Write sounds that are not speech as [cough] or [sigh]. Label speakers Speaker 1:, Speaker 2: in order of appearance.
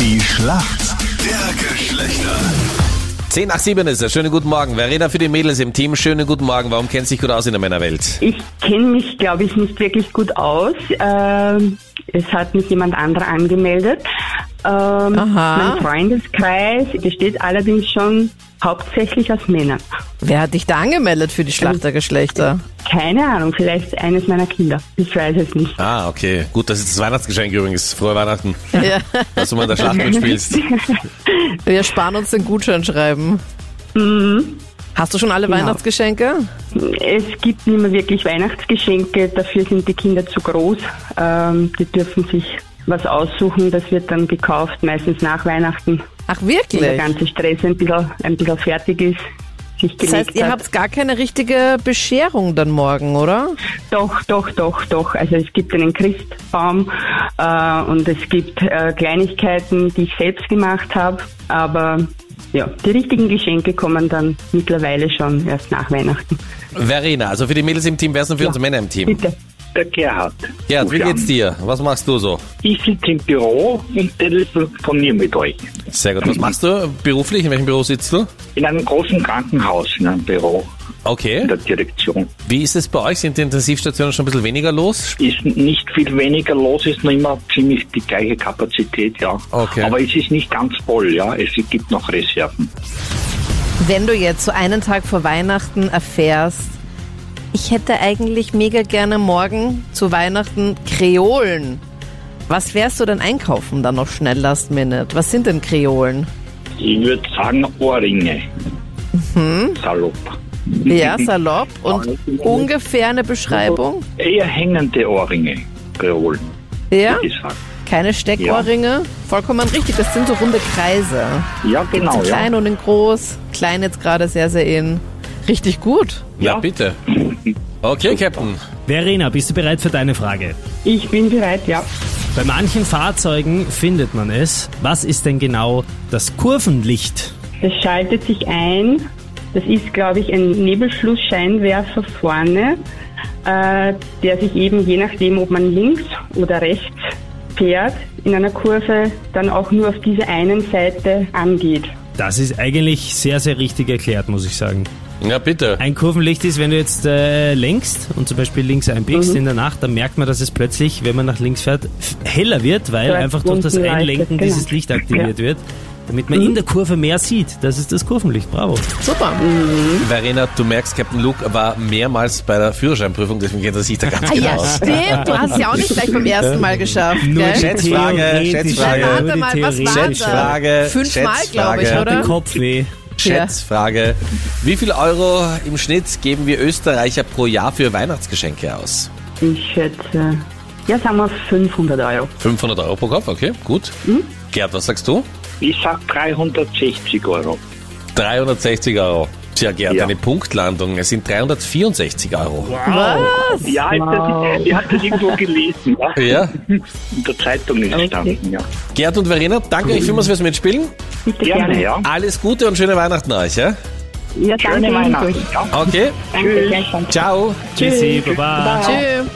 Speaker 1: Die Schlacht der Geschlechter.
Speaker 2: 10 nach 7 ist es. Schönen guten Morgen. Verena für die Mädels im Team. Schönen guten Morgen. Warum kennst du dich gut aus in der Männerwelt?
Speaker 3: Ich kenne mich, glaube ich, nicht wirklich gut aus. Ähm, es hat mich jemand anderer angemeldet. Ähm,
Speaker 4: Aha.
Speaker 3: Mein Freundeskreis besteht allerdings schon hauptsächlich aus Männern.
Speaker 4: Wer hat dich da angemeldet für die Schlachtergeschlechter?
Speaker 3: Keine Ahnung, vielleicht eines meiner Kinder. Ich weiß es nicht.
Speaker 2: Ah, okay. Gut, das ist das Weihnachtsgeschenk übrigens. Frohe Weihnachten,
Speaker 4: Ja.
Speaker 2: dass du mal in der Schlacht mitspielst.
Speaker 4: Wir sparen uns den Gutschein schreiben. Mhm. Hast du schon alle Weihnachtsgeschenke?
Speaker 3: Es gibt nicht mehr wirklich Weihnachtsgeschenke, dafür sind die Kinder zu groß. Ähm, die dürfen sich was aussuchen, das wird dann gekauft, meistens nach Weihnachten,
Speaker 4: Ach
Speaker 3: wenn der
Speaker 4: wirklich?
Speaker 3: ganze Stress ein bisschen, ein bisschen fertig ist. Sich
Speaker 4: Das heißt,
Speaker 3: gelegt
Speaker 4: ihr
Speaker 3: hat.
Speaker 4: habt gar keine richtige Bescherung dann morgen, oder?
Speaker 3: Doch, doch, doch, doch. Also es gibt einen Christbaum äh, und es gibt äh, Kleinigkeiten, die ich selbst gemacht habe. Aber ja, die richtigen Geschenke kommen dann mittlerweile schon erst nach Weihnachten.
Speaker 2: Verena, also für die Mädels im Team, wer ist denn für uns Männer im Team?
Speaker 3: Bitte.
Speaker 5: Der Gerhard.
Speaker 2: Gerd, wie
Speaker 5: Ruf an.
Speaker 2: geht's dir? Was machst du so?
Speaker 5: Ich sitze im Büro und telefoniere mit euch.
Speaker 2: Sehr gut. Was machst du beruflich? In welchem Büro sitzt du?
Speaker 5: In einem großen Krankenhaus, in einem Büro, in
Speaker 2: Okay.
Speaker 5: der Direktion.
Speaker 2: Wie ist es bei euch? Sind die Intensivstationen schon ein bisschen weniger los?
Speaker 5: Ist nicht viel weniger los, ist noch immer ziemlich die gleiche Kapazität, ja.
Speaker 2: Okay.
Speaker 5: Aber es ist nicht ganz voll, ja. Es gibt noch Reserven.
Speaker 4: Wenn du jetzt so einen Tag vor Weihnachten erfährst, ich hätte eigentlich mega gerne morgen zu Weihnachten Kreolen. Was wärst du denn einkaufen dann noch schnell last minute? Was sind denn [laughs] Kreolen?
Speaker 5: Ich würde sagen Ohrringe. Salopp.
Speaker 4: Ja, salopp und ungefähr eine Beschreibung.
Speaker 5: Eher hängende Ohrringe, Kreolen,
Speaker 4: Ja,
Speaker 5: gesagt.
Speaker 4: keine Steckohrringe. Vollkommen richtig, das sind so runde Kreise.
Speaker 5: Ja,
Speaker 4: Gibt's
Speaker 5: genau,
Speaker 4: in
Speaker 5: ja.
Speaker 4: klein und in groß. Klein jetzt gerade sehr, sehr in. Richtig gut.
Speaker 2: Ja, bitte. Okay, Captain.
Speaker 6: Verena, bist du bereit für deine Frage?
Speaker 3: Ich bin bereit, ja.
Speaker 6: Bei manchen Fahrzeugen findet man es. Was ist denn genau das Kurvenlicht?
Speaker 3: Das schaltet sich ein. Das ist, glaube ich, ein Nebelschlussscheinwerfer vorne, äh, der sich eben je nachdem, ob man links oder rechts fährt, in einer Kurve dann auch nur auf diese einen Seite angeht.
Speaker 6: Das ist eigentlich sehr, sehr richtig erklärt, muss ich sagen.
Speaker 2: Ja, bitte.
Speaker 6: Ein Kurvenlicht ist, wenn du jetzt äh, längst und zum Beispiel links einbiegst in der Nacht, dann merkt man, dass es plötzlich, wenn man nach links fährt, f- heller wird, weil
Speaker 3: Dort
Speaker 6: einfach durch das
Speaker 3: unten leuchtet,
Speaker 6: Einlenken
Speaker 3: genau.
Speaker 6: dieses Licht aktiviert wird, damit man in der Kurve mehr sieht. Das ist das Kurvenlicht. Bravo.
Speaker 4: Super.
Speaker 2: Verena, du merkst, Captain Luke war mehrmals bei der Führerscheinprüfung, deswegen kennt er sich da ganz
Speaker 4: Ah,
Speaker 2: genau
Speaker 4: ja,
Speaker 2: aus.
Speaker 4: stimmt. Du hast ja auch nicht gleich beim ersten Mal geschafft. Gell?
Speaker 2: Schätzfrage,
Speaker 6: theoretisch,
Speaker 2: Schätzfrage.
Speaker 6: nur
Speaker 4: Warte mal,
Speaker 6: die
Speaker 4: was war
Speaker 6: theoretische.
Speaker 2: Schätzfrage.
Speaker 4: Fünfmal, glaube ich,
Speaker 2: Schätzfrage.
Speaker 6: Ich hatte
Speaker 4: oder?
Speaker 6: Kopfweh.
Speaker 2: Schätzfrage. Wie viel Euro im Schnitt geben wir Österreicher pro Jahr für Weihnachtsgeschenke aus?
Speaker 3: Ich schätze, ja, sagen wir 500 Euro.
Speaker 2: 500 Euro pro Kopf, okay, gut. Gerd, was sagst du?
Speaker 5: Ich sag 360 Euro.
Speaker 2: 360 Euro. Tja, Gerd,
Speaker 5: Ja.
Speaker 2: eine Punktlandung. Es sind 364 Euro.
Speaker 4: Was?
Speaker 5: Ja, ich wow. ich habe das irgendwo gelesen, ja.
Speaker 2: Ja.
Speaker 5: In der Zeitung ist gestanden, ja.
Speaker 2: Gerd und Verena, danke euch vielmals fürs Mitspielen.
Speaker 3: Bitte gerne.
Speaker 5: Gerne, ja.
Speaker 2: Alles Gute und schöne Weihnachten euch. Ja?
Speaker 3: Ja, danke.
Speaker 5: Schöne
Speaker 3: ebenso.
Speaker 5: Weihnachten. Ja.
Speaker 2: Okay,
Speaker 3: Danke, gleichfalls.
Speaker 2: ciao.
Speaker 6: Tschüssi, baba.
Speaker 4: Tschö.